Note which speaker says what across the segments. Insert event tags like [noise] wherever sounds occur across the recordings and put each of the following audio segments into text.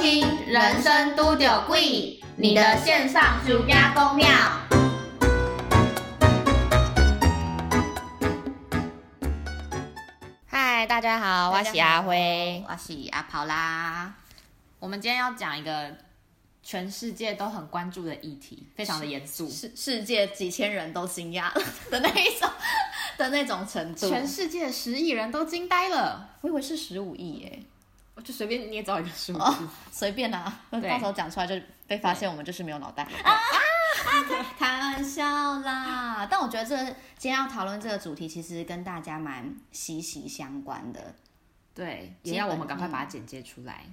Speaker 1: 人生都有贵，你的线上暑假公庙。
Speaker 2: 嗨，大家好，我是阿辉。
Speaker 1: 我是阿跑啦。我们今天要讲一个全世界都很关注的议题，非常的严肃。
Speaker 2: 世世界几千人都惊讶的那一种 [laughs] 的那种程度，
Speaker 1: 全世界十亿人都惊呆了，
Speaker 2: 我以为是十五亿耶，
Speaker 1: 我就随便捏造一个数字。
Speaker 2: 随便啦、到时候讲出来就被发现我们就是没有脑袋。 [laughs] 开玩笑啦，但我觉得这今天要讨论这个主题，其实跟大家蛮息息相关的。
Speaker 1: 对，
Speaker 2: 基
Speaker 1: 也要我
Speaker 2: 本
Speaker 1: 们赶快把它剪接出来。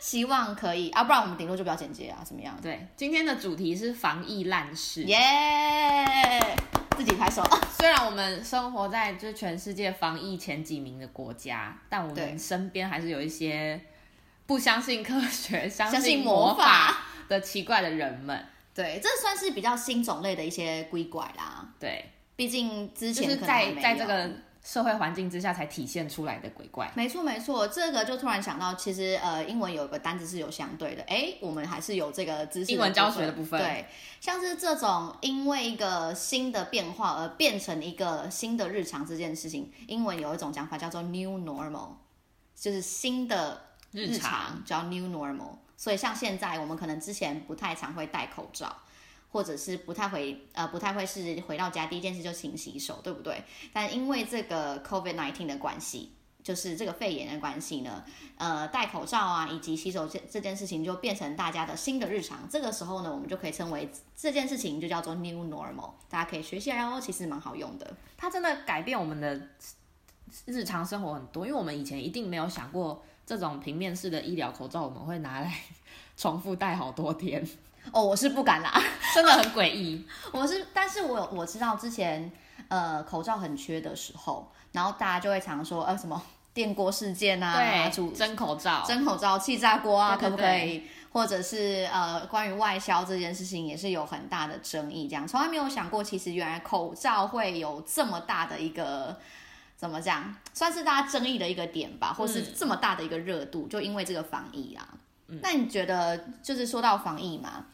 Speaker 2: 希望可以啊，不然我们顶多就不要剪接啊，怎么样？
Speaker 1: 对，今天的主题是防疫烂事。
Speaker 2: 耶、自己拍手。
Speaker 1: 虽然我们生活在就是全世界防疫前几名的国家，但我们
Speaker 2: 对
Speaker 1: 身边还是有一些不相信科
Speaker 2: [laughs]
Speaker 1: 学、相
Speaker 2: 相信
Speaker 1: 魔
Speaker 2: 魔
Speaker 1: 法的奇怪的人们。
Speaker 2: 对，这算是比较新种类的一些规拐啦。
Speaker 1: 对，
Speaker 2: 毕竟之
Speaker 1: 就
Speaker 2: 前
Speaker 1: 是
Speaker 2: 可能还
Speaker 1: 在
Speaker 2: 没
Speaker 1: 在
Speaker 2: 有
Speaker 1: 这个社会环境之下才体现出来的鬼怪。
Speaker 2: 没错没错，这个就突然想到，其实呃，英文有一个单字是有相对的，哎，我们还是有这个知识的
Speaker 1: 英文教学的部分
Speaker 2: 对，像是这种因为一个新的变化而变成一个新的日常这件事情，英文有一种讲法叫做 new normal，就是新的
Speaker 1: 日常
Speaker 2: 叫 new normal。所以像现在我们可能之前不太常会戴口罩。或者是不太回呃不太会是回到家第一件事就勤洗手，对不对？但因为这个 COVID 1 9的关系，就是这个肺炎的关系呢，呃，戴口罩啊以及洗手这这件事情就变成大家的新的日常。这个时候呢，我们就可以称为这件事情就叫做 new normal，大家可以学习来哦，其实蛮好用的。
Speaker 1: 它真的改变我们的日常生活很多，因为我们以前一定没有想过这种平面式的医疗口罩我们会拿来 [laughs] 重复戴好多
Speaker 2: [laughs]
Speaker 1: 天，
Speaker 2: 哦，我是不敢啦，
Speaker 1: 真的很诡异。
Speaker 2: [laughs] 我是，但是我有我知道之前呃口罩很缺的时候，然后大家就会常说呃什么电锅事件啊，
Speaker 1: [laughs]
Speaker 2: 煮
Speaker 1: 对，真口罩。
Speaker 2: 真口罩、气炸锅啊，
Speaker 1: 对对
Speaker 2: 可不可以？或者是呃，关于外销这件事情也是有很大的争议，这样从来没有想过，其实原来口罩会有这么大的一个怎么讲，算是大家争议的一个点吧，或是这么大的一个热度，就因为这个防疫啊。那你觉得，就是说到防疫嘛，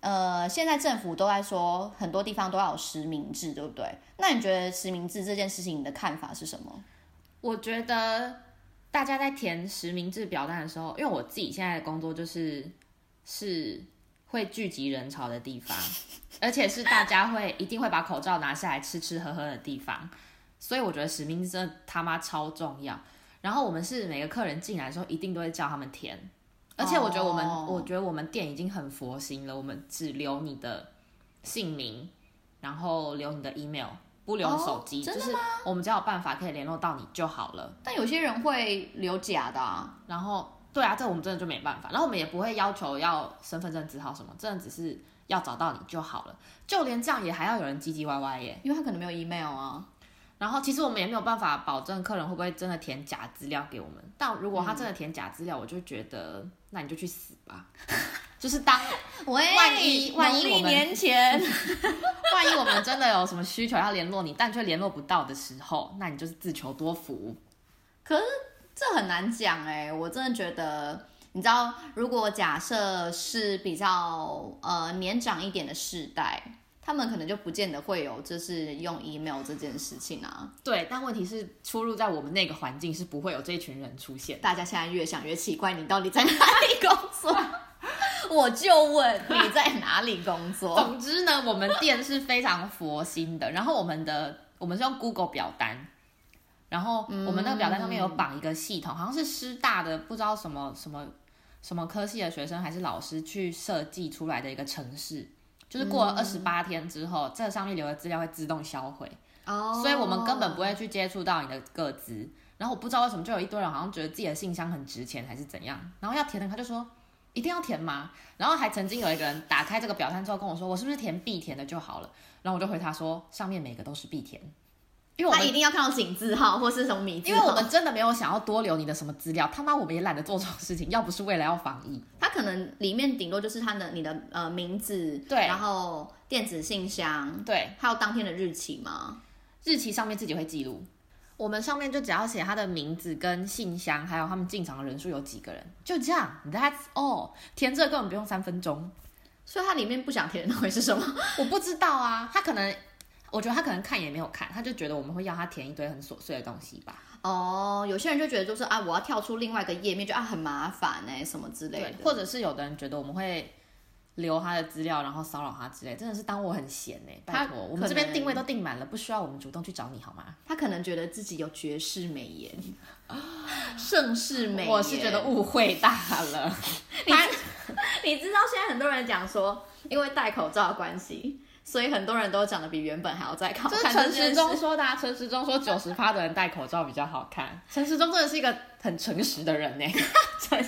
Speaker 2: 呃，现在政府都在说很多地方都要有实名制，对不对？那你觉得实名制这件事情，你的看法是什么？
Speaker 1: 我觉得大家在填实名制表单的时候，因为我自己现在的工作就是是会聚集人潮的地方，而且是大家会一定会把口罩拿下来吃吃喝喝的地方，所以我觉得实名制真的他妈超重要。然后我们是每个客人进来的时候，一定都会叫他们填，而且我觉得我们
Speaker 2: 哦
Speaker 1: 我觉得我们店已经很佛心了，我们只留你的姓名，然后留你的 email，不留你手机，
Speaker 2: 哦真
Speaker 1: 就
Speaker 2: 的
Speaker 1: 是我们只要有办法可以联络到你就好了。
Speaker 2: 但有些人会留假的啊。
Speaker 1: 然后，对啊，这我们真的就没办法。然后我们也不会要求要身份证字号什么，真的只是要找到你就好了。就连这样也还要有人唧唧歪歪耶。
Speaker 2: 因为他可能没有 email 啊。
Speaker 1: 然后其实我们也没有办法保证客人会不会真的填假资料给我们。但如果他真的填假资料，我就觉得那你就去死吧。 [laughs] 就是当
Speaker 2: 喂
Speaker 1: 万一万一我们
Speaker 2: 农历年前， [laughs]
Speaker 1: 万一我们真的有什么需求要联络你，但却联络不到的时候，那你就是自求多福。
Speaker 2: 可是这很难讲哎、我真的觉得，你知道，如果假设是比较呃年长一点的世代，他们可能就不见得会有就是用 email 这件事情啊。
Speaker 1: 对，但问题是出入在我们那个环境是不会有这一群人出现的。
Speaker 2: 大家现在越想越奇怪，你到底在哪里工作？
Speaker 1: [laughs]
Speaker 2: 我就问你在哪里工作？
Speaker 1: 总之呢，我们店是非常佛心的，然后我们的我们是用 Google 表单。然后我们那个表单上面有绑一个系统，好像是师大的不知道什么什么什么科系的学生还是老师去设计出来的一个程式，就是过了二十八天之后，这上面留的资料会自动销毁，
Speaker 2: [laughs] 哦
Speaker 1: 所以我们根本不会去接触到你的个资。然后我不知道为什么就有一堆人好像觉得自己的信箱很值钱还是怎样，然后要填的他就说一定要填吗？然后还曾经有一个人打开这个表单之后跟我说，我是不是填必填的就好了？然后我就回他说上面每个都是必填，因为我
Speaker 2: 他
Speaker 1: 们
Speaker 2: 一定要看到井字号或是什么米字
Speaker 1: 因
Speaker 2: 号，
Speaker 1: 为我们真的没有想要多留你的什么资料，他妈我们也懒得做这种事情，要不是为了要防疫，
Speaker 2: 它可能里面顶多就是它的你的呃名字，
Speaker 1: 对
Speaker 2: 然后电子信箱，
Speaker 1: 对，
Speaker 2: 还有当天的日期嘛。
Speaker 1: 日期上面自己会记录。我们上面就只要写他的名字跟信箱，还有他们进场的人数有几个人，就这样。That's all，填这个根本不用三分钟。
Speaker 2: 所以它里面不想填的会是什么？
Speaker 1: [laughs]
Speaker 2: [laughs]
Speaker 1: 我不知道啊，他可能，我觉得他可能看也没有看，他就觉得我们会要他填一堆很琐碎的东西吧，
Speaker 2: 哦，有些人就觉得就是啊，我要跳出另外一个页面，就啊很麻烦哎、什么之类
Speaker 1: 对
Speaker 2: 的，。
Speaker 1: 或者是有的人觉得我们会留他的资料，然后骚扰他之类，真的是当我很闲呢、
Speaker 2: 他
Speaker 1: 拜托，我
Speaker 2: 可
Speaker 1: 们这边
Speaker 2: 能
Speaker 1: 定位都定满了，不需要我们主动去找你好吗？
Speaker 2: 他可能觉得自己有绝世美
Speaker 1: [laughs]
Speaker 2: 颜，盛世美颜。
Speaker 1: 我是觉得误会大了，
Speaker 2: 他， [laughs] 你知道现在很多人讲说，因为戴口罩的关系，所以很多人都长得比原本还要再好
Speaker 1: 就是
Speaker 2: 看。
Speaker 1: 陈
Speaker 2: 这件
Speaker 1: 时
Speaker 2: 事
Speaker 1: 中说的、啊，陈时中说九十趴的人戴口罩比较好看，陈时中真的是一个很诚实的人呢、欸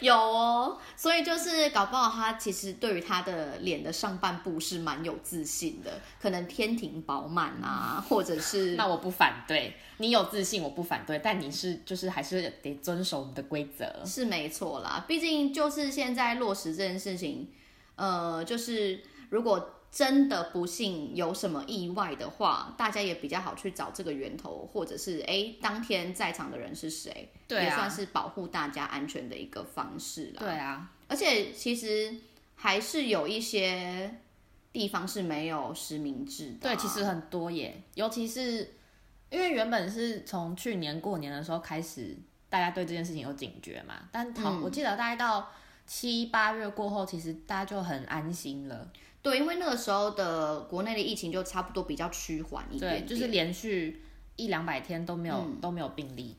Speaker 2: 有哦，所以就是搞不好他其实对于他的脸的上半部是蛮有自信的，可能天庭饱满啊，或者
Speaker 1: [laughs]
Speaker 2: 是
Speaker 1: 那我不反对，你有自信我不反对，但你是就是还是得遵守我们的规则。
Speaker 2: 是没错啦，毕竟就是现在落实这件事情，呃，就是如果真的不幸有什么意外的话，大家也比较好去找这个源头，或者是诶当天在场的人是谁，
Speaker 1: 对
Speaker 2: 也
Speaker 1: 啊
Speaker 2: 算是保护大家安全的一个方式啦。
Speaker 1: 对啊，
Speaker 2: 而且其实还是有一些地方是没有实名制的啊、
Speaker 1: 对，其实很多耶，尤其是因为原本是从去年过年的时候开始，大家对这件事情有警觉嘛，但好，我记得大概到七八月过后，其实大家就很安心了。
Speaker 2: 对，因为那个时候的国内的疫情就差不多比较趋缓一点
Speaker 1: 对，
Speaker 2: 点，
Speaker 1: 就是连续一两百天都没有、都没有病例。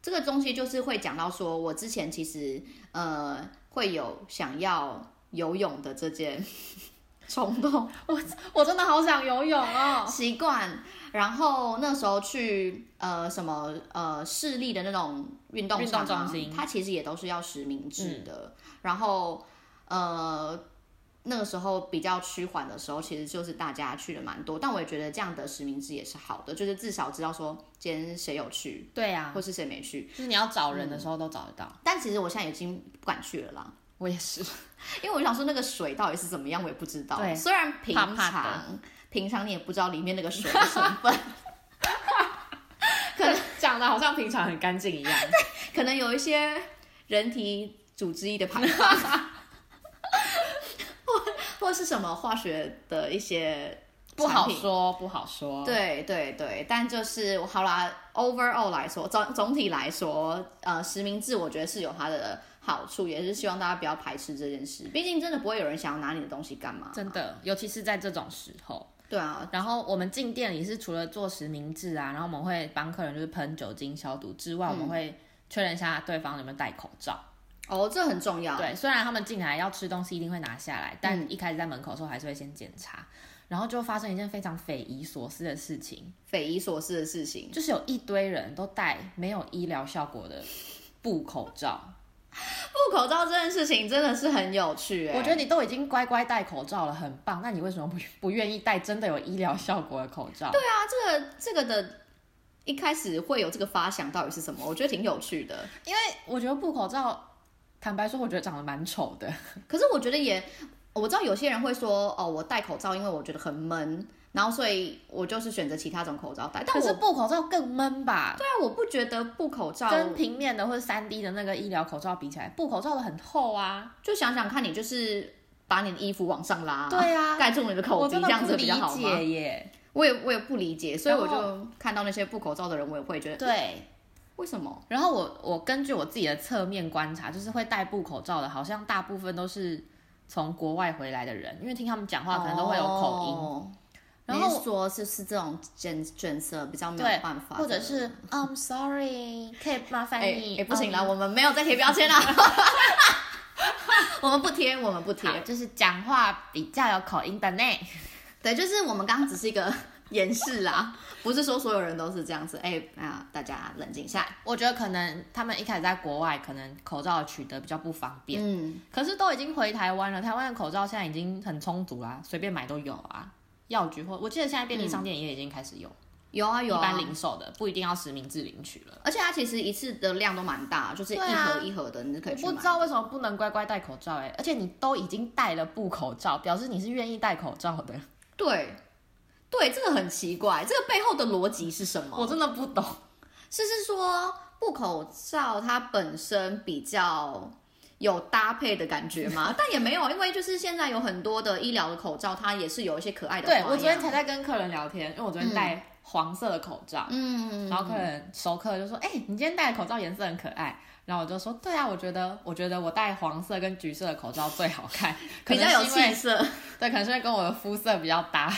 Speaker 2: 这个东西就是会讲到说，我之前其实呃会有想要游泳的这件 [laughs] 冲动
Speaker 1: [laughs] 我真的好想游泳哦！
Speaker 2: 习惯，然后那时候去呃什么呃市立的那种运动
Speaker 1: 运
Speaker 2: 场、
Speaker 1: 动
Speaker 2: 啊、
Speaker 1: 中心嗯
Speaker 2: 它其实也都是要实名制的，然后呃。那个时候比较趋缓的时候，其实就是大家去的蛮多，但我也觉得这样的实名制也是好的，就是至少知道说今天谁有去，
Speaker 1: 对啊，
Speaker 2: 或是谁没去。
Speaker 1: 就是你要找人的时候都找得到。
Speaker 2: 但其实我现在已经不敢去了啦，
Speaker 1: 我也是，
Speaker 2: 因为我想说那个水到底是怎么样，我也不知道。
Speaker 1: 对
Speaker 2: 虽然平常
Speaker 1: 怕怕的
Speaker 2: 平常你也不知道里面那个水的成分，
Speaker 1: [laughs] 可能讲的好像平常很干净一样。
Speaker 2: 可能有一些人体组织液的排放，或
Speaker 1: [laughs]
Speaker 2: 或是什么化学的一些
Speaker 1: [laughs] 不
Speaker 2: 产
Speaker 1: 好
Speaker 2: 品。
Speaker 1: 说，不好说。
Speaker 2: 对对对，但就是好啦，overall 来说，总总体来说，呃，实名制我觉得是有它的好处，也是希望大家不要排斥这件事。毕竟真的不会有人想要拿你的东西干嘛。
Speaker 1: 真的，尤其是在这种时候。
Speaker 2: 对啊，
Speaker 1: 然后我们进店也是除了做实名制啊，然后我们会帮客人就是喷酒精消毒之外，我们会确认一下对方有没有戴口罩。
Speaker 2: 哦，这很重要。
Speaker 1: 对，虽然他们进来要吃东西一定会拿下来，但一开始在门口的时候还是会先检查。然后就发生一件非常匪夷所思的事情，
Speaker 2: 匪夷所思的事情，
Speaker 1: 就是有一堆人都戴没有医疗效果的布口罩。
Speaker 2: 布口罩这件事情真的是很有趣、欸。
Speaker 1: 我觉得你都已经乖乖戴口罩了，很棒。那你为什么不不愿意戴真的有医疗效果的口罩？对，
Speaker 2: 对啊，这个这个的，一开始会有这个发想到底是什么？我觉得挺有趣的。
Speaker 1: 因为我觉得布口罩，坦白说，我觉得长得蛮丑的。
Speaker 2: 可是我觉得也，我知道有些人会说，哦，我戴口罩因为我觉得很闷，然后所以我就是选择其他种口罩戴。但
Speaker 1: 可
Speaker 2: 我
Speaker 1: 是布口罩更闷吧？
Speaker 2: 对啊，我不觉得布口罩，
Speaker 1: 跟平面的或者三 D 的那个医疗口罩比起来，布口罩的很厚啊。
Speaker 2: 就想想看，你就是把你的衣服往上拉，
Speaker 1: 对啊
Speaker 2: 盖住你的 [laughs] 口
Speaker 1: 我
Speaker 2: 鼻，
Speaker 1: 真
Speaker 2: 这
Speaker 1: 的
Speaker 2: 样
Speaker 1: 不
Speaker 2: 子比
Speaker 1: 理
Speaker 2: 较好吗？
Speaker 1: 解耶。
Speaker 2: 我也我也不理解，所以我
Speaker 1: 然
Speaker 2: 就看到那些布口罩的人，我也会觉得
Speaker 1: 对，哦
Speaker 2: 为什么？
Speaker 1: 然后我我根据我自己的侧面观察，就是会戴布口罩的，好像大部分都是从国外回来的人，因为听他们讲
Speaker 2: 啊
Speaker 1: 话可能都会有口音。
Speaker 2: 音。
Speaker 1: 然
Speaker 2: 然
Speaker 1: 后
Speaker 2: 后说就是这种卷卷色比较没有
Speaker 1: 对
Speaker 2: 办法的，
Speaker 1: 或者是 I'm sorry，可以麻烦
Speaker 2: 哎
Speaker 1: 你？
Speaker 2: 哎不行
Speaker 1: 嗯
Speaker 2: 啦，我们没有在贴标
Speaker 1: [laughs]
Speaker 2: 签啦， [laughs] 我们不贴，我们不
Speaker 1: 好
Speaker 2: 贴，
Speaker 1: 就是讲话比较有口音的呢。
Speaker 2: 对，就是我们刚刚只是一个 [laughs] 演示啦，不是说所有人都是这样子，哎啊，大家冷静下来，
Speaker 1: 我觉得可能他们一开始在国外，可能口罩的取得比较不方便，
Speaker 2: 嗯，
Speaker 1: 可是都已经回台湾了，台湾的口罩现在已经很充足啦，随便买都有啊。药局或我记得现在便利商店也已经开始有，
Speaker 2: 有啊有
Speaker 1: 一般
Speaker 2: 啊，
Speaker 1: 零售的不一定要实名制领取了。
Speaker 2: 而且它其实一次的量都蛮大，就是一
Speaker 1: 对啊
Speaker 2: 盒一盒的，你就可
Speaker 1: 我
Speaker 2: 以去
Speaker 1: 不
Speaker 2: 买
Speaker 1: 知。道为什么不能乖乖戴口罩哎、 [laughs] 而且你都已经戴了布口罩，表示你是愿意戴口罩的。
Speaker 2: 对，对对，这个很奇怪，这个背后的逻辑是什么？
Speaker 1: 我真的不懂。
Speaker 2: 是是说布口罩它本身比较有搭配的感觉
Speaker 1: [laughs]
Speaker 2: 吗？但也没有，因为就是现在有很多的医疗的口罩，它也是有一些可爱的花
Speaker 1: 对
Speaker 2: 样。
Speaker 1: 我昨天嗯才在跟客人聊天，因为我昨天戴黄色的口罩，
Speaker 2: 嗯，
Speaker 1: 然后客人熟客就说：“哎、你今天戴的口罩颜色很可爱。”然后我就说：“对啊，我觉得我觉得我戴黄色跟橘色的口罩最好 [laughs] 看，可
Speaker 2: 比
Speaker 1: 能
Speaker 2: 较有
Speaker 1: 是因为
Speaker 2: 气色。 [laughs]
Speaker 1: 对，可能是因为跟我的肤色比较搭。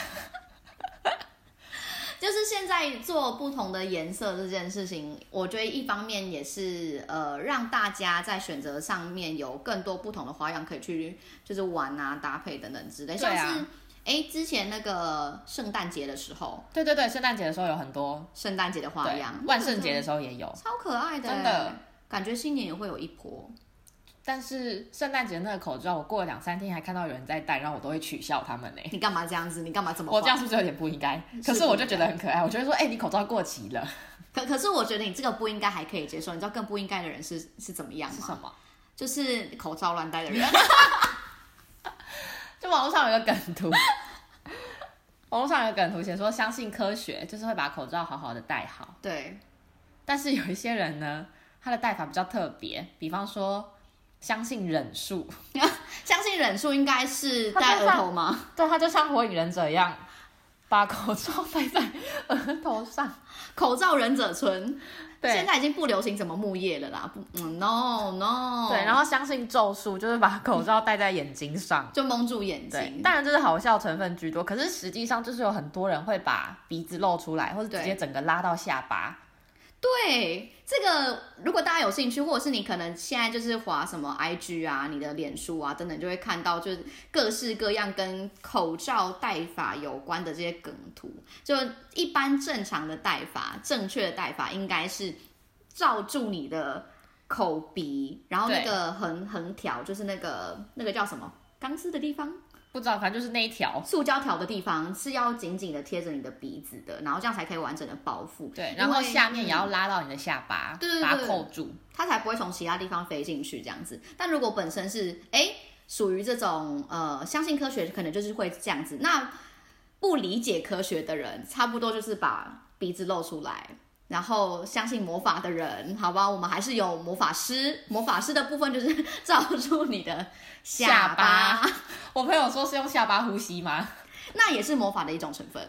Speaker 2: 就是现在做不同的颜色这件事情，我觉得一方面也是呃，让大家在选择上面有更多不同的花样可以去就是玩啊、搭配等等之类，
Speaker 1: 对
Speaker 2: 像
Speaker 1: 啊
Speaker 2: 是哎、诶之前那个圣诞节的时候，
Speaker 1: 对对对，圣诞节的时候有很多，
Speaker 2: 圣诞节的花
Speaker 1: 对
Speaker 2: 样，，
Speaker 1: 万圣节的时候也有，
Speaker 2: 超可爱的，欸
Speaker 1: 真的。
Speaker 2: 感觉新年也会有一
Speaker 1: [laughs]
Speaker 2: 波，
Speaker 1: 但是圣诞节那个口罩，我过了两三天还看到有人在戴，然后我都会取笑他们呢、
Speaker 2: 你干嘛这样子？你干嘛这么
Speaker 1: 我这
Speaker 2: 坏
Speaker 1: 样是不是有点不应该？可
Speaker 2: 是
Speaker 1: 是
Speaker 2: 不
Speaker 1: 我就觉得很可爱，我就会说：“哎、你口罩过期了，
Speaker 2: 可可是我觉得你这个不应该还可以接受，你知道更不应该的人是是怎么样
Speaker 1: 是
Speaker 2: 吗？
Speaker 1: 什么
Speaker 2: 就是口罩乱戴的
Speaker 1: [laughs]
Speaker 2: 人。？”
Speaker 1: 就网络上有个梗图， [laughs] 网络上有个梗图写说：“相信科学，就是会把口罩好好的戴好。
Speaker 2: 对，”
Speaker 1: 但是有一些人呢，他的戴法比较特别，比方说相信忍术，
Speaker 2: 相信忍术应该是
Speaker 1: 他
Speaker 2: 戴
Speaker 1: 戴
Speaker 2: 额
Speaker 1: 上
Speaker 2: 头吗？
Speaker 1: 对，他就像火影忍者一样，把口罩戴在额头上。
Speaker 2: 口罩忍者村，
Speaker 1: 对
Speaker 2: 现在已经不流行什么木叶了啦，不，嗯，no no，
Speaker 1: 对，然后相信咒术就是把口罩戴在眼睛 [laughs] 上。
Speaker 2: 就蒙住眼
Speaker 1: 对，
Speaker 2: 睛。
Speaker 1: 当然这是好笑成分居多，可是实际上就是有很多人会把鼻子露出来，或者直接整个拉到下巴。
Speaker 2: 对，这个如果大家有兴趣，或者是你可能现在就是划什么 IG 啊、你的脸书啊等等，就会看到就是各式各样跟口罩戴法有关的这些梗图。就一般正常的戴法，正确的戴法应该是罩住你的口鼻，然后那
Speaker 1: 对
Speaker 2: 个横横条就是那个那个叫什么钢丝的地方。
Speaker 1: 不知道，反正就是那一条。
Speaker 2: 塑胶条的地方是要紧紧的贴着你的鼻子的，然后这样才可以完整的包覆。
Speaker 1: 对
Speaker 2: 因，为
Speaker 1: 然后下面也要拉到你的下巴，
Speaker 2: 对对对
Speaker 1: 把它扣住。
Speaker 2: 它才不会从其他地方飞进去这样子。但如果本身是哎属于这种呃相信科学，可能就是会这样子。那不理解科学的人，差不多就是把鼻子露出来。然后相信魔法的人，好吧，我们还是有魔法师。魔法师的部分就是罩住你的下
Speaker 1: 下我朋友说是用下巴呼吸吗？
Speaker 2: [laughs] 那也是魔法的一种成分。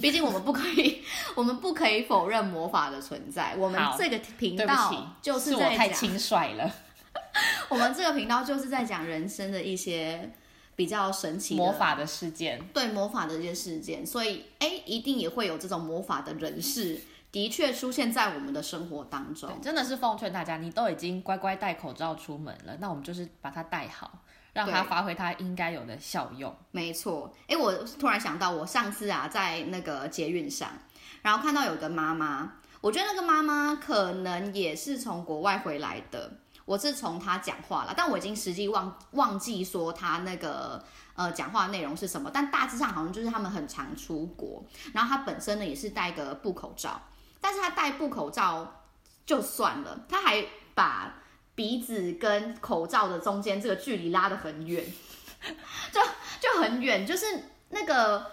Speaker 2: 毕竟我们不可以，我们不可以否认魔法的存在。我们
Speaker 1: 好
Speaker 2: 这个频
Speaker 1: 对不起
Speaker 2: 道，就是
Speaker 1: 我
Speaker 2: 在
Speaker 1: 太
Speaker 2: 讲
Speaker 1: 轻率了，
Speaker 2: [laughs] 我们这个频道就是在讲人生的一些比较神奇的
Speaker 1: 魔法的事件。
Speaker 2: 对魔法的一些事件，所以哎，一定也会有这种魔法的人士，的确出现在我们的生活当中。
Speaker 1: 对，真的是奉劝大家，你都已经乖乖戴口罩出门了，那我们就是把它戴好，让它
Speaker 2: 对
Speaker 1: 发挥它应该有的效用。
Speaker 2: 没错，哎，我突然想到，我上次啊在那个捷运上，然后看到有个妈妈，我觉得那个妈妈可能也是从国外回来的。我是从她讲话了，但我已经实际忘忘记说她那个呃讲话内容是什么，但大致上好像就是他们很常出国，然后她本身呢也是戴个布口罩，但是她戴布口罩就算了，她还把鼻子跟口罩的中间这个距离拉得很远， [laughs] 就就很远，就是那个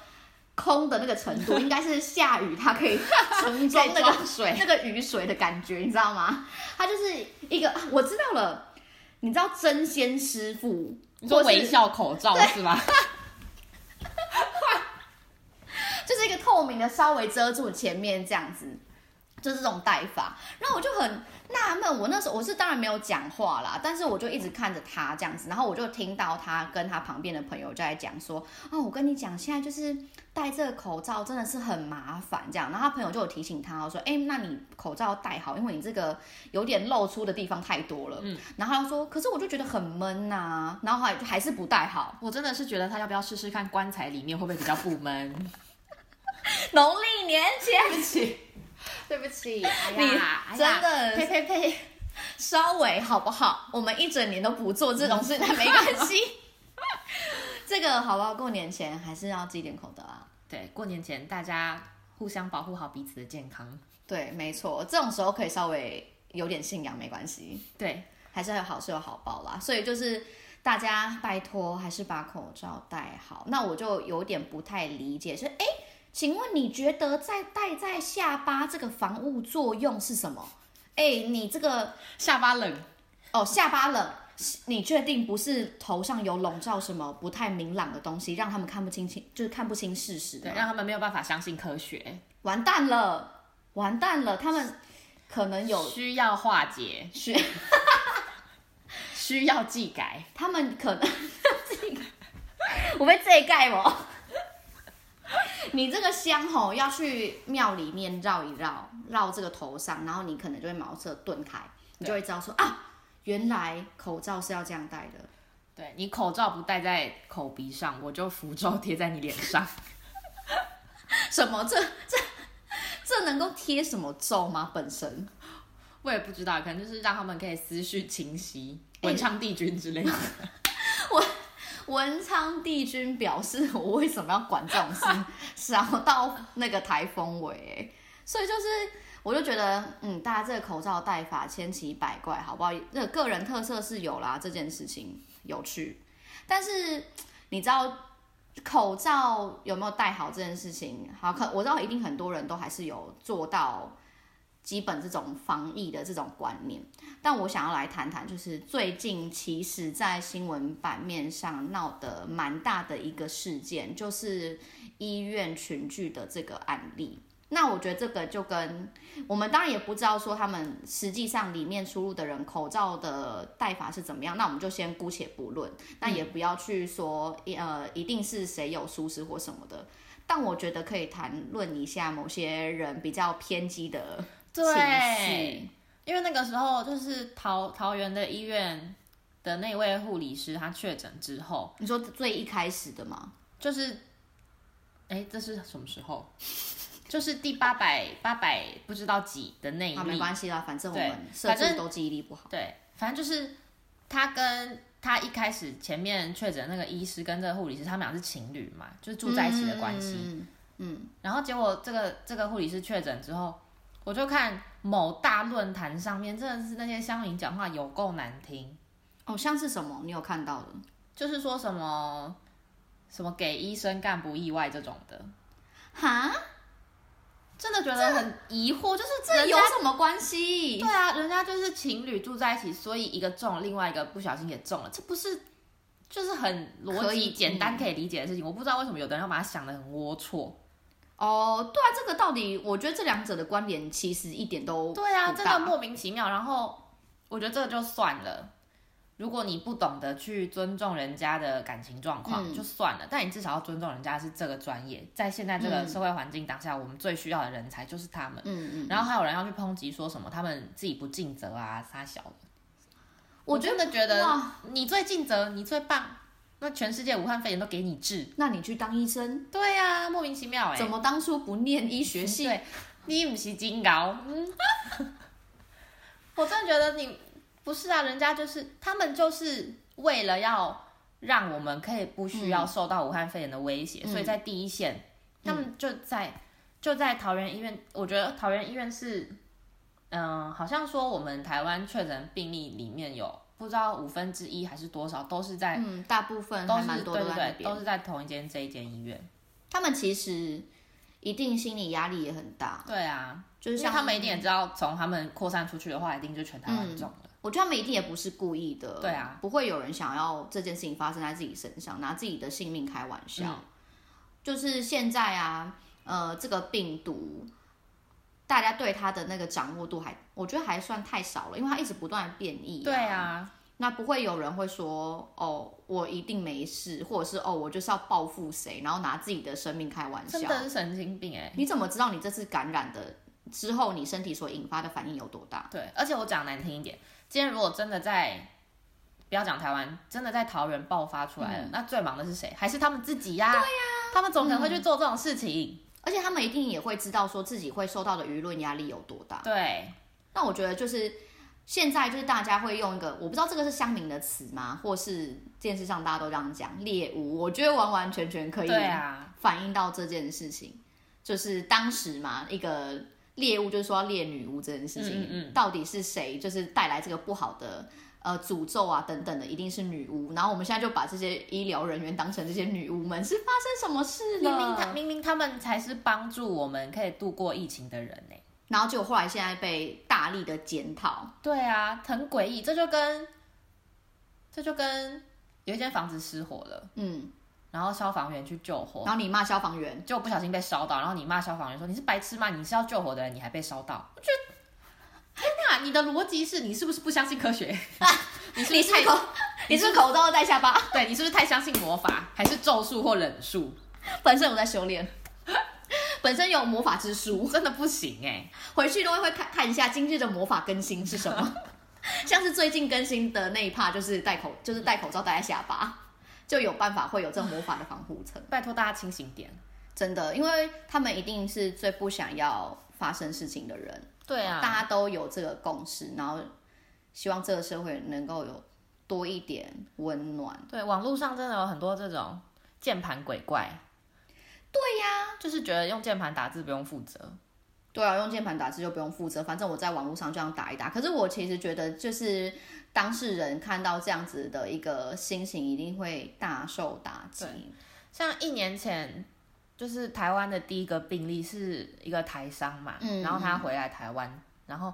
Speaker 2: 空的那个程度，应该是下雨它可以 [laughs] 盛装那个
Speaker 1: 装水，
Speaker 2: 那个雨水的感觉，你知道吗？它就是一个，啊我知道了。你知道真仙师傅，
Speaker 1: 你说
Speaker 2: 或是
Speaker 1: 微笑口罩是吧？
Speaker 2: 就是一个透明的，稍微遮住前面这样子，就是这种戴法。然后我就很纳闷，我那时候我是当然没有讲话啦，但是我就一直看着他这样子，然后我就听到他跟他旁边的朋友就在讲说，哦，我跟你讲，现在就是戴这个口罩真的是很麻烦这样。然后他朋友就有提醒他哦说，哎，那你口罩戴好，因为你这个有点露出的地方太多了。嗯，然后他就说，可是我就觉得很闷呐、然后还还是不戴好。
Speaker 1: 我真的是觉得他要不要试试看棺材里面会不会比较不闷？
Speaker 2: 农历年前。
Speaker 1: 对不起，对不 [laughs] 起，哎
Speaker 2: 你
Speaker 1: 哎
Speaker 2: 真的
Speaker 1: 呸呸呸！
Speaker 2: 稍微好不好？我们一整年都不做这种事，但没关 [laughs] 系。这个好不好？过年前还是要系点口罩啊。
Speaker 1: 对，过年前大家互相保护好彼此的健康。
Speaker 2: 对，没错，这种时候可以稍微有点信仰，没关系，
Speaker 1: 对，
Speaker 2: 还是有好事有好报啦。所以就是大家拜托，还是把口罩戴好。那我就有点不太理解，是哎，诶请问你觉得在戴在下巴这个防护作用是什么？哎，你这个
Speaker 1: 下巴冷，
Speaker 2: 哦下巴冷，你确定不是头上有笼罩什么不太明朗的东西，让他们看不清清，就是看不清事实
Speaker 1: 对，
Speaker 2: 吗？
Speaker 1: 让他们没有办法相信科学，
Speaker 2: 完蛋了，完蛋了，他们可能有
Speaker 1: 需要化解，
Speaker 2: 学，
Speaker 1: [laughs] 需要技改。
Speaker 2: 他们可能 [laughs] 我被这一盖哦。你这个香吼要去庙里面绕一绕，绕这个头上，然后你可能就会茅塞顿开，你就会知道说啊，原来口罩是要这样戴的。
Speaker 1: 对你口罩不戴在口鼻上，我就符咒贴在你脸
Speaker 2: [laughs]
Speaker 1: 上。
Speaker 2: 什么这这这能够贴什么咒吗？本身
Speaker 1: 我也不知道，可能就是让他们可以思绪清晰，
Speaker 2: 哎
Speaker 1: 文昌帝君之类的。
Speaker 2: 文昌帝君表示，我为什么要管这种事？少到那个台风尾、欸，所以就是我就觉得，嗯，大家这个口罩戴法千奇百怪，好不好？那个个人特色是有啦，这件事情有趣，但是你知道口罩有没有戴好这件事情？好，可我知道一定很多人都还是有做到。基本这种防疫的这种观念，但我想要来谈谈，就是最近其实，在新闻版面上闹得蛮大的一个事件，就是医院群聚的这个案例。那我觉得这个就跟我们当然也不知道说他们实际上里面输入的人口罩的戴法是怎么样，那我们就先姑且不论，那也不要去说一呃一定是谁有疏失或什么的。但我觉得可以谈论一下某些人比较偏激的情
Speaker 1: 对
Speaker 2: 绪，
Speaker 1: 因为那个时候就是桃桃园的医院的那位护理师，他确诊之后，
Speaker 2: 你说最一开始的吗？
Speaker 1: 就是，哎，这是什么时候？就是第八百八百不知道几的那一
Speaker 2: 啊，
Speaker 1: 例
Speaker 2: 没，关系啦，反正我
Speaker 1: 对
Speaker 2: 们社
Speaker 1: 反
Speaker 2: 畜
Speaker 1: 正
Speaker 2: 都记忆力不好。
Speaker 1: 对，反正就是他跟他一开始前面确诊那个医师跟这个护理师，他们俩是情侣嘛，就是住在一起的关系。
Speaker 2: 嗯
Speaker 1: 然后结果这个这个护理师确诊之后，我就看某大论坛上面，真的是那些乡民讲话有够难听，
Speaker 2: 哦，像是什么？你有看到的？
Speaker 1: 就是说什么什么给医生干不意外这种的，
Speaker 2: 哈，
Speaker 1: 真的觉得很疑惑，就是
Speaker 2: 这
Speaker 1: 人家
Speaker 2: 有什么关系
Speaker 1: 对？啊，人家就是情侣住在一起，所以一个中了，另外一个不小心也中了，这不是就是很逻
Speaker 2: 可
Speaker 1: 辑
Speaker 2: 以
Speaker 1: 简单
Speaker 2: 嗯
Speaker 1: 可以理解的事情。我不知道为什么有的人要把它想的很龌龊。
Speaker 2: 哦，对啊，这个到底，我觉得这两者的关联其实一点都
Speaker 1: 对啊，
Speaker 2: 不
Speaker 1: 真
Speaker 2: 大
Speaker 1: 的莫名其妙。然后我觉得这个就算了，如果你不懂得去尊重人家的感情状况，
Speaker 2: 嗯
Speaker 1: 就算了。但你至少要尊重人家是这个专业，在现在这个
Speaker 2: 嗯
Speaker 1: 社会环境当下，我们最需要的人才就是他们。
Speaker 2: 嗯嗯，
Speaker 1: 然后还有人要去抨击说什么他们自己不尽责啊，撒小的。
Speaker 2: 我
Speaker 1: 真的觉得
Speaker 2: 哇，
Speaker 1: 你最尽责，你最棒，那全世界武汉肺炎都给你治。
Speaker 2: 那你去当医生，
Speaker 1: 对
Speaker 2: 啊
Speaker 1: 呀、莫名其妙哎、
Speaker 2: 怎么当初不念医学系？
Speaker 1: 对，你不是金高，嗯， [laughs] 我真的觉得你不是啊，人家就是他们就是为了要让我们可以不需要受到武汉肺炎的威胁，
Speaker 2: 嗯
Speaker 1: 所以在第一线，他们就在就在桃园医院，我觉得桃园医院是，嗯、好像说我们台湾确诊病例里面有不知道五分之一还是多少都是在。
Speaker 2: 嗯，大部分
Speaker 1: 都
Speaker 2: 还
Speaker 1: 是
Speaker 2: 蛮多
Speaker 1: 对
Speaker 2: 都在那
Speaker 1: 对对，
Speaker 2: 边。
Speaker 1: 都是在同一间这一间医院。
Speaker 2: 他们其实一定心理压力也很大，
Speaker 1: 对啊，
Speaker 2: 就是
Speaker 1: 因为
Speaker 2: 像
Speaker 1: 他们一定也知道，从他们扩散出去的话，一定就全台湾中了。
Speaker 2: 我觉得他们一定也不是故意的，
Speaker 1: 对啊，
Speaker 2: 不会有人想要这件事情发生在自己身上，拿自己的性命开玩笑。
Speaker 1: 嗯
Speaker 2: 就是现在啊，呃，这个病毒，大家对它的那个掌握度还，我觉得还算太少了，因为它一直不断地变异、
Speaker 1: 对，啊，
Speaker 2: 那不会有人会说，哦，我一定没事，或者是哦，我就是要报复谁，然后拿自己的生命开玩笑
Speaker 1: 真。的是神经病哎、
Speaker 2: 你怎么知道你这次感染的之后，你身体所引发的反应有多大？
Speaker 1: 对，而且我讲难听一点，今天如果真的在，不要讲台湾，真的在桃园爆发出来了，那最忙的是谁？还是他们自己呀、嗯对呀、嗯他们总可能会去做这种事情。
Speaker 2: 而且他们一定也会知道说自己会受到的舆论压力有多大。
Speaker 1: 对，
Speaker 2: 那我觉得就是现在就是大家会用一个，我不知道这个是乡民的词吗，或是电视上大家都这样讲猎物，我觉得完完全全可以
Speaker 1: 对啊，
Speaker 2: 反映到这件事情，就是当时嘛一个。猎物就是说要猎女巫这件事情，
Speaker 1: 嗯
Speaker 2: 到底是谁就是带来这个不好的呃诅咒啊等等的，一定是女巫。然后我们现在就把这些医疗人员当成这些女巫们，是发生什么事了？
Speaker 1: 明明他明明他们才是帮助我们可以度过疫情的人欸呢、
Speaker 2: 然后结果后来现在被大力的检讨，
Speaker 1: 对啊，很诡异，这就跟这就跟有一间房子失火了，
Speaker 2: 嗯，
Speaker 1: 然后消防员去救火，
Speaker 2: 然后你骂消防员，
Speaker 1: 就不小心被烧到，然后你骂消防员说你是白痴吗？你是要救火的人，你还被烧到，我觉得天哪，你的逻辑是你是不是不相信科学？你是不
Speaker 2: 你
Speaker 1: 是
Speaker 2: 是
Speaker 1: 太
Speaker 2: 口你是不是口罩戴下巴，
Speaker 1: [laughs]
Speaker 2: [laughs]
Speaker 1: 对你是不是太相信魔法，还是咒术或忍术？
Speaker 2: 本身有在修炼， [laughs] 本身有魔法之书，
Speaker 1: 真的不行哎、
Speaker 2: 回去都会看看一下今日的魔法更新是什么。 [laughs] 像是最近更新的那一趴，就是戴口就是戴口罩戴在下巴，就有办法会有这魔法的防护层。
Speaker 1: 拜托大家清醒点。
Speaker 2: 真的，因为他们一定是最不想要发生事情的人，
Speaker 1: 对啊，
Speaker 2: 大家都有这个共识，然后希望这个社会能够有多一点温暖。
Speaker 1: 对，网络上真的有很多这种键盘鬼怪。对呀、就是觉得用键盘打字不用负责。
Speaker 2: 对啊，用键盘打字就不用负责，反正我在网络上这样打一打。可是我其实觉得，就是当事人看到这样子的一个心情，一定会大受打击。
Speaker 1: 像一年前，就是台湾的第一个病例是一个台商嘛，
Speaker 2: 嗯
Speaker 1: 然后他回来台湾，然后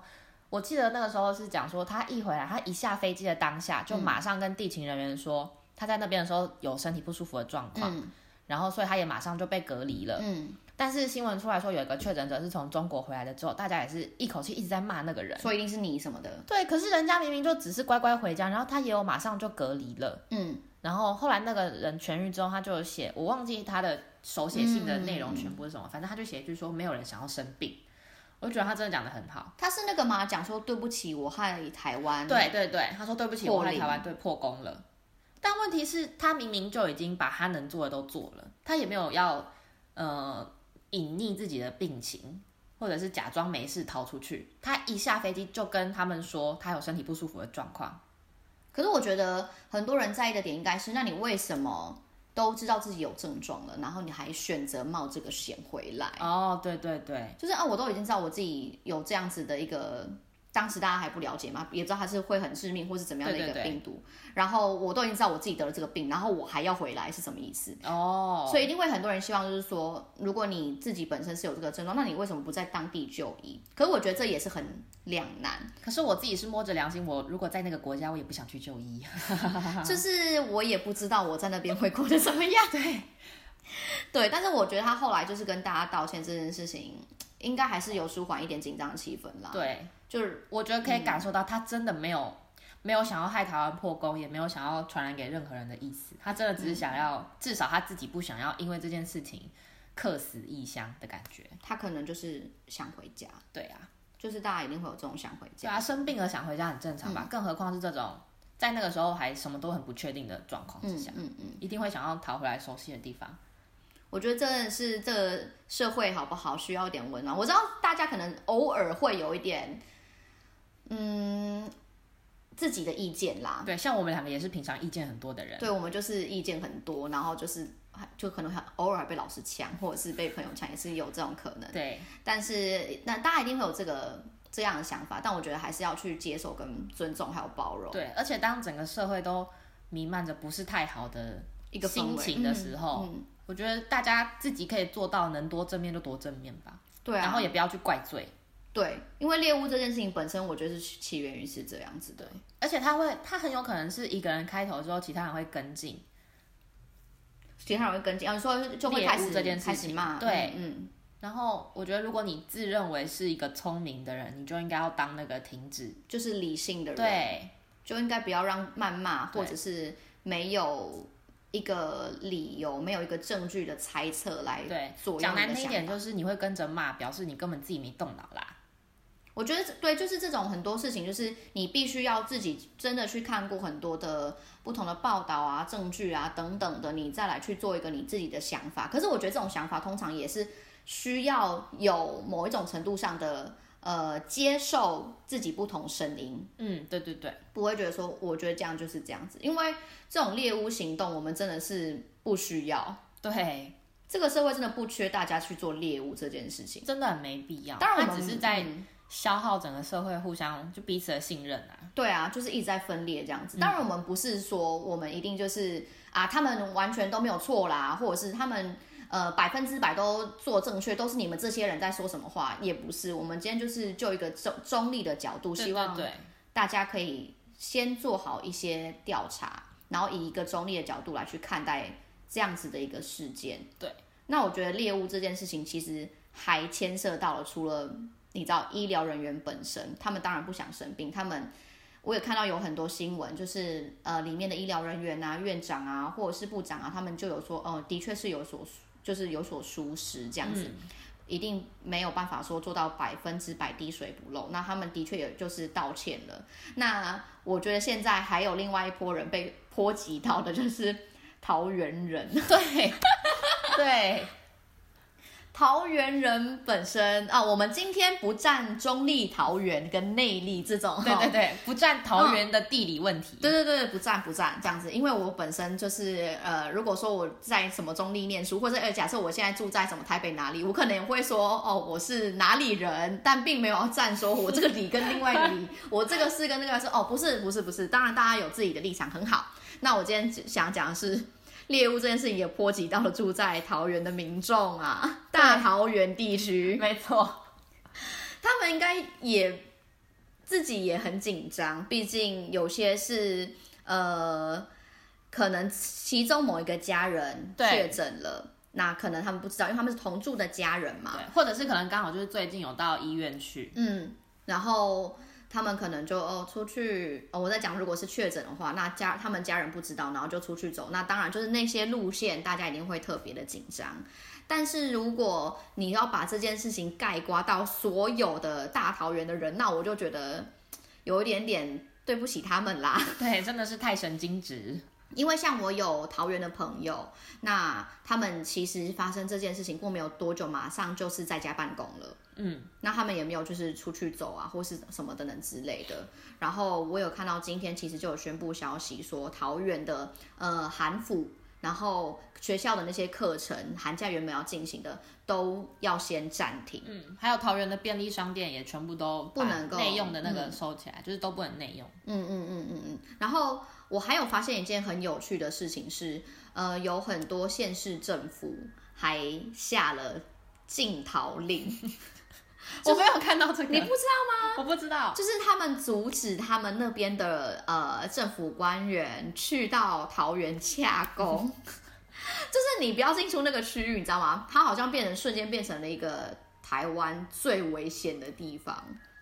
Speaker 1: 我记得那个时候是讲说，他一回来，他一下飞机的当下
Speaker 2: 嗯
Speaker 1: 就马上跟地勤人员说，他在那边的时候有身体不舒服的状况，
Speaker 2: 嗯
Speaker 1: 然后所以他也马上就被隔离了。
Speaker 2: 嗯，
Speaker 1: 但是新闻出来说，有一个确诊者是从中国回来的之后，大家也是一口气一直在骂那个人。
Speaker 2: 说一定是你什么的。
Speaker 1: 对，可是人家明明就只是乖乖回家，然后他也有马上就隔离了。
Speaker 2: 嗯，
Speaker 1: 然后后来那个人痊愈之后，他就有写，我忘记他的手写信的内容全部是什么，反正他就写一句说没有人想要生病。我就觉得他真的讲的很好。
Speaker 2: 他是那个嘛，讲说对不起，我害台湾。
Speaker 1: 对对对，他说对不起，我
Speaker 2: 破
Speaker 1: 在
Speaker 2: 零
Speaker 1: 台湾队破功了。但问题是，他明明就已经把他能做的都做了，他也没有要呃隐匿自己的病情，或者是假装没事逃出去。他一下飞机就跟他们说他有身体不舒服的状况。
Speaker 2: 可是我觉得很多人在意的点应该是，那你为什么都知道自己有症状了，然后你还选择冒这个险回来？
Speaker 1: 哦，对对对，
Speaker 2: 就是啊，我都已经知道我自己有这样子的一个，当时大家还不了解嘛，也不知道它是会很致命或是怎么样的一个
Speaker 1: 对对对
Speaker 2: 病毒。然后我都已经知道我自己得了这个病，然后我还要回来是什么意思？
Speaker 1: 哦，
Speaker 2: 所以一定会很多人希望就是说，如果你自己本身是有这个症状，那你为什么不在当地就医？可是我觉得这也是很两
Speaker 1: [laughs]
Speaker 2: 难，
Speaker 1: 可是我自己是摸着良心，我如果在那个国家，我也不想去就医。
Speaker 2: 就是我也不知道我在那边会过得怎么样。
Speaker 1: 对，
Speaker 2: [laughs] 对，但是我觉得他后来就是跟大家道歉这件事情，应该还是有舒缓一点紧张的气氛啦。
Speaker 1: 对，
Speaker 2: 就是
Speaker 1: 我觉得可以感受到他真的没有、没有想要害台湾破功，也没有想要传染给任何人的意思，他真的只是想要，至少他自己不想要因为这件事情客死异乡的感觉。
Speaker 2: 他可能就是想回家。
Speaker 1: 对啊，
Speaker 2: 就是大家一定会有这种想回
Speaker 1: 对
Speaker 2: 家。
Speaker 1: 啊，生病了想回家很正常吧，更何况是这种在那个时候还什么都很不确定的状况之
Speaker 2: 嗯
Speaker 1: 下，
Speaker 2: 嗯嗯，
Speaker 1: 一定会想要逃回来熟悉的地方。
Speaker 2: 我觉得真的是这个社会好不好，需要一点温暖。我知道大家可能偶尔会有一点，嗯，自己的意见啦。
Speaker 1: 对，像我们两个也是平常意见很多的人。
Speaker 2: 对，我们就是意见很多，然后就是就可能还偶尔被老师呛，或者是被朋友呛，也是有这种可能。
Speaker 1: 对，
Speaker 2: 但是那大家一定会有这个这样的想法，但我觉得还是要去接受、跟尊重还有包容
Speaker 1: 对，而且当整个社会都弥漫着不是太好的
Speaker 2: 一个氛
Speaker 1: 心
Speaker 2: 围
Speaker 1: 情的时候，
Speaker 2: 嗯嗯
Speaker 1: 我觉得大家自己可以做到能多正面就多正面吧，
Speaker 2: 对啊，
Speaker 1: 然后也不要去怪罪，
Speaker 2: 对，因为猎物这件事情本身，我觉得是起起源于是这样子的。
Speaker 1: 而且他会，他很有可能是一个人开头之后，其他人会跟进，
Speaker 2: 其他人会跟进，啊，你说就会
Speaker 1: 猎
Speaker 2: 开
Speaker 1: 物
Speaker 2: 始
Speaker 1: 这件事
Speaker 2: 开始
Speaker 1: 情
Speaker 2: 骂，
Speaker 1: 对
Speaker 2: 嗯，
Speaker 1: 然后我觉得如果你自认为是一个聪明的人，你就应该要当那个停止，
Speaker 2: 嗯，就是理性的人，
Speaker 1: 对
Speaker 2: 就应该不要让谩骂
Speaker 1: 对
Speaker 2: 或者是没有一个理由、没有一个证据的猜测来
Speaker 1: 对
Speaker 2: 左，右
Speaker 1: 讲
Speaker 2: 你
Speaker 1: 难
Speaker 2: 的
Speaker 1: 听一
Speaker 2: 想
Speaker 1: 点
Speaker 2: 法。
Speaker 1: 就是你会跟着骂，表示你根本自己没动脑啦，
Speaker 2: 我觉得这对，就是这种很多事情，就是你必须要自己真的去看过很多的不同的报道啊、证据啊等等的，你再来去做一个你自己的想法。可是我觉得这种想法通常也是需要有某一种程度上的呃接受自己不同声音，
Speaker 1: 嗯，对对对，
Speaker 2: 不会觉得说我觉得这样就是这样子，因为这种猎巫行动我们真的是不需要，
Speaker 1: 对，
Speaker 2: 这个社会真的不缺大家去做猎巫这件事情。
Speaker 1: 真的很没必要，
Speaker 2: 当然我
Speaker 1: 他
Speaker 2: 们
Speaker 1: 只是在
Speaker 2: 嗯
Speaker 1: 消耗整个社会互相就彼此的信任啊。嗯
Speaker 2: 对啊，就是一直在分裂这样子。当然，我们不是说我们一定就是、啊，他们完全都没有错啦，或者是他们呃百分之百都做正确，都是你们这些人在说什么话，也不是。我们今天就是就一个中中立的角度，
Speaker 1: 对
Speaker 2: 希望
Speaker 1: 对对
Speaker 2: 大家可以先做好一些调查，然后以一个中立的角度来去看待这样子的一个事件。
Speaker 1: 对，
Speaker 2: 那我觉得猎物这件事情其实还牵涉到了，除了你知道医疗人员本身，他们当然不想生病，他们。我也看到有很多新闻，就是呃，里面的医疗人员啊、院长啊，或者是部长啊，他们就有说，哦、的确是有所，就是有所疏失这样子。一定没有办法说做到百分之百滴水不漏。那他们的确也就是道歉了。那我觉得现在还有另外一波人被波及到的，就是桃园人。 [laughs]
Speaker 1: 对对，
Speaker 2: 桃园人本身啊，我们今天不站中立桃园跟内力这种，
Speaker 1: 对对对，不占
Speaker 2: 嗯
Speaker 1: 桃园的地理问题。
Speaker 2: 对对对，不赞不赞这样子，因为我本身就是呃，如果说我在什么中立念书，或者呃，假设我现在住在什么台北哪里，我可能也会说哦，我是哪里人，但并没有要站说我这个里跟另外一个里，我这个是跟那个是哦，不是不是不是，当然大家有自己的立场很好。那我今天想讲的是。猎物这件事情也波及到了住在桃园的民众啊，大桃园地区。
Speaker 1: 没错，
Speaker 2: 他们应该也自己也很紧张，毕竟有些是呃，可能其中某一个家人
Speaker 1: 对
Speaker 2: 确诊了，那可能他们不知道，因为他们是同住的家人嘛，
Speaker 1: 对，或者是可能刚好就是最近有到医院去，
Speaker 2: 嗯，然后。他们可能就哦出去哦，我在讲，如果是确诊的话，那家他们家人不知道，然后就出去走，那当然就是那些路线，大家一定会特别的紧张。但是如果你要把这件事情概括到所有的大桃园的人，那我就觉得嘖有一点点对不起他们啦。
Speaker 1: 啊对，真的是太神经质。
Speaker 2: 因为像我有桃园的朋友，那他们其实发生这件事情过没有多久，马上就是在家办公了。
Speaker 1: 嗯，
Speaker 2: 那他们也没有就是出去走啊，或是什么等等之类的。然后我有看到今天其实就有宣布消息说，桃园的呃韩府，然后学校的那些课程，寒假原本要进行的都要先暂停。
Speaker 1: 嗯，还有桃园的便利商店也全部都
Speaker 2: 不能够
Speaker 1: 把内用的那个收起来，就是都不能内用。
Speaker 2: 嗯嗯嗯嗯嗯。然后我还有发现一件很有趣的事情是，呃，有很多县市政府还下了禁逃令，
Speaker 1: 我没有看到这个，
Speaker 2: 你不
Speaker 1: 知道吗？我不知道。
Speaker 2: 就是他们阻止他们那边的呃政府官员去到桃园洽公， [laughs] 就是你不要进出那个区域，你知道吗？它好像变成瞬间变成了一个台湾最危险的地方。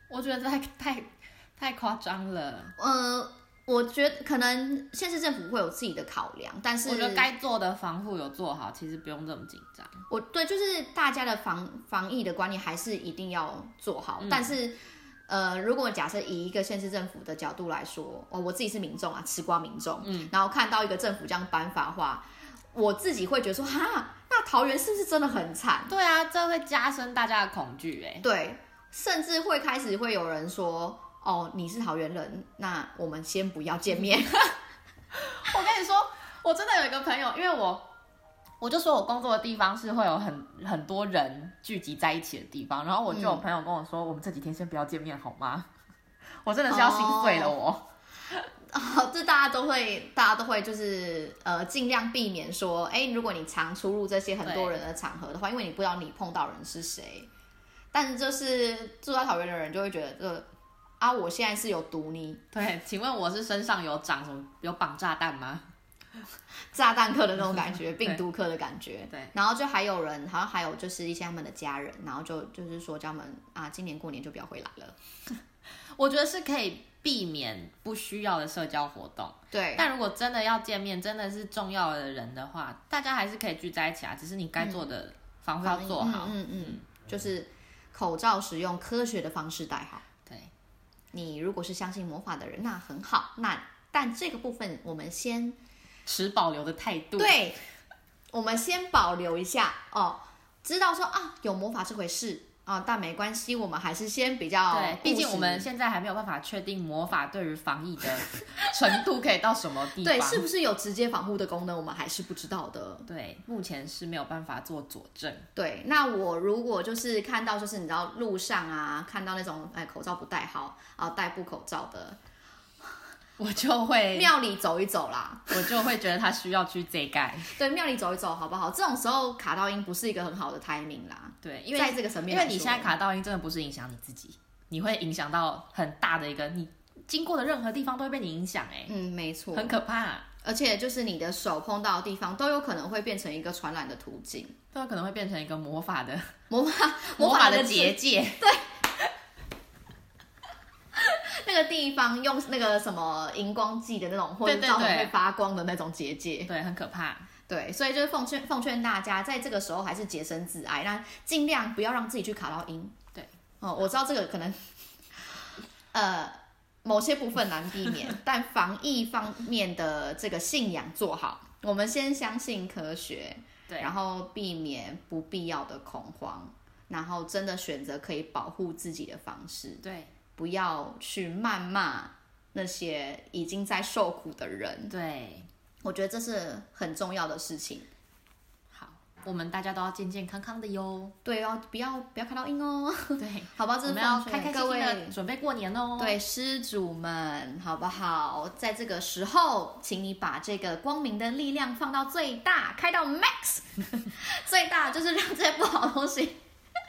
Speaker 1: 我觉得太太太夸张了。
Speaker 2: 呃，我觉得可能县市政府会有自己的考量，但是
Speaker 1: 我觉得该做的防护有做好，其实不用这么紧张。
Speaker 2: 我对就是大家的防防疫的观念还是一定要做好，但是。呃，如果假设以一个县市政府的角度来说，哦，我自己是民众啊，吃瓜民众，嗯，然后看到一个政府这样颁发的话，我自己会觉得说，哈，那桃园是不是真的很惨？
Speaker 1: 对啊，这会加深大家的恐惧哎、
Speaker 2: 对，甚至会开始会有人说，哦，你是桃园人，那我们先不要见面。
Speaker 1: [laughs] 我跟你说，我真的有一个朋友，因为我我就说我工作的地方是会有很很多人聚集在一起的地方，然后我就有朋友跟我说，我们这几天先不要见面好吗？ [laughs] 我真的是要心碎了我，
Speaker 2: 哦，这大家都会，大家都会就是呃，尽量避免说，哎，如果你常出入这些很多人的场合的话，因为你不知道你碰到人是谁。但是就是住在桃园的人就会觉得，呃，啊，我现在是有毒你
Speaker 1: 对，请问我是身上有长什么有绑炸弹吗？
Speaker 2: 炸弹客的那种感觉，病毒客的感觉。
Speaker 1: 对，
Speaker 2: 然后就还有人，好像还有就是一些他们的家人，然后就就是说叫他们啊，今年过年就不要回来了。
Speaker 1: 我觉得是可以避免不需要的社交活动，
Speaker 2: 对，
Speaker 1: 但如果真的要见面，真的是重要的人的话，大家还是可以聚在一起啊，只是你该做的防护要做好。
Speaker 2: 嗯嗯嗯嗯，就是口罩使用科学的方式戴好。
Speaker 1: 对，
Speaker 2: 你如果是相信魔法的人，那很好。那但这个部分我们先
Speaker 1: 持保留的态度。
Speaker 2: 对，我们先保留一下哦，知道说啊有魔法这回事，啊，但没关系，我们还是先比较务实，
Speaker 1: 对，毕竟我们现在还没有办法确定魔法对于防疫的程度可以到什么地方。
Speaker 2: 对是不是有直接防护的功能，我们还是不知道的。
Speaker 1: 对目前是没有办法做佐证。
Speaker 2: 对，那我如果就是看到，就是你知道路上啊，看到那种哎口罩不戴好啊，戴布口罩的，
Speaker 1: 我就
Speaker 2: [laughs]
Speaker 1: 会，
Speaker 2: 庙里走一走啦。
Speaker 1: 我就会觉得他需要去遮盖。
Speaker 2: 对，庙里走一走好不好？这种时候卡到音不是一个很好的 timing 啦，
Speaker 1: 对，因为
Speaker 2: 在这个层面
Speaker 1: 因为
Speaker 2: 来
Speaker 1: 你
Speaker 2: 说
Speaker 1: 现在卡到音真的不是影响你自己，你会影响到很大的一个你经过的任何地方都会被你影响、欸，
Speaker 2: 嗯，没错，
Speaker 1: 很可怕、
Speaker 2: 而且就是你的手碰到的地方都有可能会变成一个传染的途径，
Speaker 1: 都有可能会变成一个魔法的
Speaker 2: 魔法
Speaker 1: [laughs] 魔
Speaker 2: 法
Speaker 1: 法的
Speaker 2: 字
Speaker 1: 结界。
Speaker 2: 那个地方用那个什么荧光剂的那种，或
Speaker 1: 对
Speaker 2: 者
Speaker 1: 对
Speaker 2: 照
Speaker 1: 对
Speaker 2: 会发光的那种结界。
Speaker 1: 对，很可怕。
Speaker 2: 对，所以就是奉劝奉劝大家，在这个时候还是洁身自爱，那尽量不要让自己去卡到音。
Speaker 1: 对，
Speaker 2: 哦，我知道这个可能，呃，某些部分难避免，但防疫方面的这个信仰做好，我们先相信科学，
Speaker 1: 对，
Speaker 2: 然后避免不必要的恐慌，然后真的选择可以保护自己的方式。
Speaker 1: 对
Speaker 2: 不要去谩骂那些已经在受苦的人，
Speaker 1: 对，
Speaker 2: 我觉得这是很重要的事情。
Speaker 1: 好，我们大家都要健健康康的
Speaker 2: [laughs]
Speaker 1: 哟。
Speaker 2: 对哦，不要不要看到音哦， [laughs]
Speaker 1: 对，
Speaker 2: 好不好？这
Speaker 1: 我
Speaker 2: 是
Speaker 1: 们要
Speaker 2: 奉
Speaker 1: 开开
Speaker 2: 劝各
Speaker 1: 心心
Speaker 2: 位
Speaker 1: 的准备过年哦。
Speaker 2: 对施主们，好不好？在这个时候，请你把这个光明的力量放到最大，开到 max，最大就是让这些不好的东西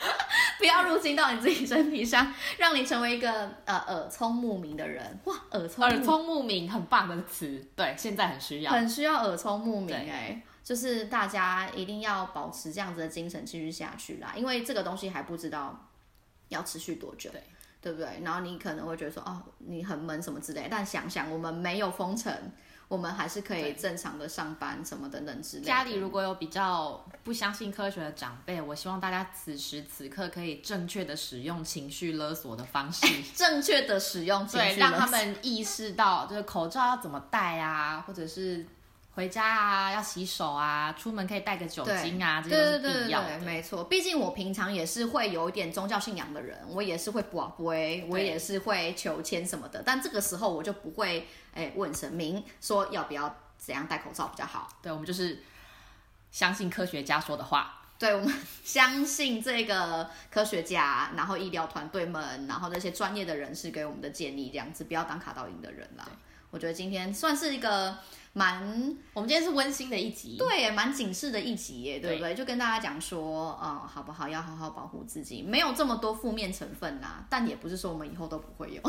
Speaker 2: [laughs] 不要入侵到你自己身体上，让你成为一个呃耳聪目明的人。哇，耳聪目
Speaker 1: 耳
Speaker 2: 明
Speaker 1: 聪目明，很棒的词，对，现在很需要。
Speaker 2: 很需要耳聪目明哎、
Speaker 1: 对
Speaker 2: 就是大家一定要保持这样子的精神继续下去啦，因为这个东西还不知道要持续多久，
Speaker 1: 对
Speaker 2: 对不对？然后你可能会觉得说哦，你很闷什么之类，但想想我们没有封城，我们还是可以
Speaker 1: 对
Speaker 2: 正常的上班什么等等之类的。
Speaker 1: 家里如果有比较不相信科学的长辈，我希望大家此时此刻可以正确的使用情绪勒索的方 [laughs] 式，
Speaker 2: 正确的使用情
Speaker 1: 对，
Speaker 2: 绪
Speaker 1: 让
Speaker 2: 勒
Speaker 1: 他们意识到就是口罩要怎么戴啊，或者是回家啊要洗手啊，出门可以带个酒精啊，这
Speaker 2: 对
Speaker 1: 些都是
Speaker 2: 对对
Speaker 1: 必
Speaker 2: 对
Speaker 1: 要
Speaker 2: 对，
Speaker 1: 的。
Speaker 2: 没错。毕竟我平常也是会有一点宗教信仰的人，我也是会卜龟，我也是会求签什么的。但这个时候我就不会哎、问神明说要不要怎样戴口罩比较好。
Speaker 1: 对，我们就是相信科学家说的话。
Speaker 2: 对我们 [laughs] 相信这个科学家，然后医疗团队们，然后那些专业的人士给我们的建议，这样子不要当卡到音的人啦。我觉得今天算是一个蛮
Speaker 1: 我们今天是温馨的一集，
Speaker 2: 对耶，蛮警示的一集耶，对不对？就跟大家讲说，呃，好不好，要好好保护自己，没有这么多负面成分啦、但也不是说我们以后都不会有，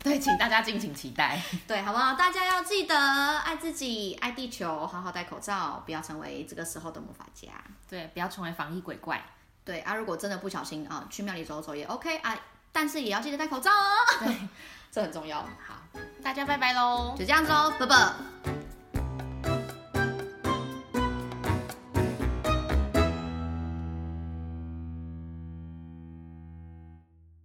Speaker 1: 对，请大家敬请期待。
Speaker 2: 对，好不好？大家要记得爱自己，爱地球，好好戴口罩，不要成为这个时候的魔法家。
Speaker 1: 对，不要成为防疫鬼怪。
Speaker 2: 对啊，如果真的不小心啊、去庙里走走也 OK 啊，但是也要记得戴 [laughs] 口罩哦，对，这很重要。好，
Speaker 1: 大家拜拜喽！
Speaker 2: 就这样子喽，拜拜。